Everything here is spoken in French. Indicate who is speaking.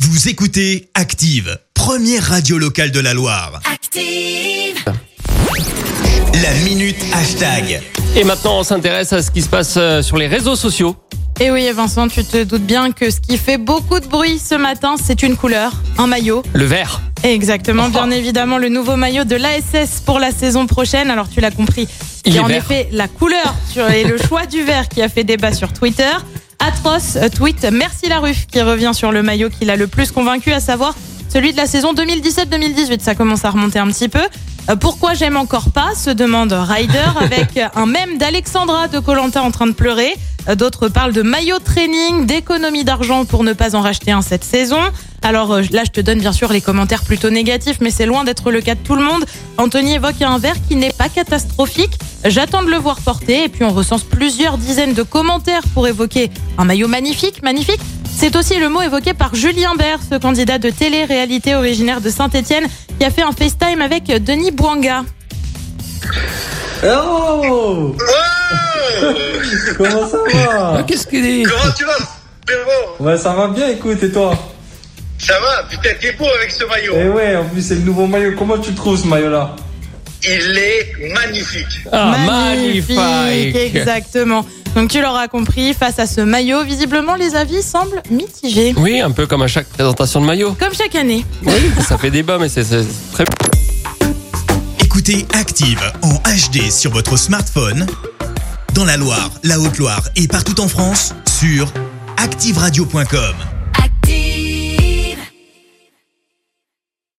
Speaker 1: Vous écoutez Active, première radio locale de la Loire.
Speaker 2: Active.
Speaker 1: La minute hashtag.
Speaker 3: Et maintenant, on s'intéresse à ce qui se passe euh, sur les réseaux sociaux.
Speaker 4: Et Eh oui, Vincent, tu te doutes bien que ce qui fait beaucoup de bruit ce matin, c'est une couleur, un maillot.
Speaker 3: Le vert.
Speaker 4: Exactement,
Speaker 3: Oh.
Speaker 4: bien évidemment, le nouveau maillot de l'ASS pour la saison prochaine. Alors, tu l'as compris,
Speaker 3: Il
Speaker 4: c'est
Speaker 3: est
Speaker 4: en
Speaker 3: vert.
Speaker 4: effet la couleur sur- et le choix du vert qui a fait débat sur Twitter. Atroce euh, tweet Merci la ruffe qui revient sur le maillot qui l'a le plus convaincu, à savoir celui de la saison 2017-2018. Ça commence à remonter un petit peu. Euh, Pourquoi j'aime encore pas se demande Ryder avec un mème d'Alexandra de Colanta en train de pleurer. Euh, D'autres parlent de maillot training, d'économie d'argent pour ne pas en racheter un cette saison. Alors euh, là, je te donne bien sûr les commentaires plutôt négatifs, mais c'est loin d'être le cas de tout le monde. Anthony évoque un verre qui n'est pas catastrophique. J'attends de le voir porter et puis on recense plusieurs dizaines de commentaires pour évoquer un maillot magnifique, magnifique. C'est aussi le mot évoqué par Julien Bert, ce candidat de télé-réalité originaire de Saint-Etienne, qui a fait un FaceTime avec Denis Bouanga.
Speaker 5: Oh
Speaker 6: Ouais
Speaker 5: Comment ça va
Speaker 3: Ah, Qu'est-ce qu'il est
Speaker 6: Comment tu vas, frérot
Speaker 5: Ouais, ça va bien, écoute, et toi
Speaker 6: Ça va Putain, t'es beau avec ce maillot.
Speaker 5: Eh ouais, en plus, c'est le nouveau maillot. Comment tu le trouves, ce maillot-là
Speaker 6: Il est magnifique.
Speaker 3: Ah,
Speaker 4: Exactement. Donc tu l'auras compris, face à ce maillot, visiblement les avis semblent mitigés.
Speaker 3: Oui, un peu comme à chaque présentation de maillot.
Speaker 4: Comme chaque année.
Speaker 3: Oui, ça fait débat, mais c'est c'est très
Speaker 1: Écoutez Active en HD sur votre smartphone, dans la Loire, la Haute-Loire et partout en France, sur activeradio.com.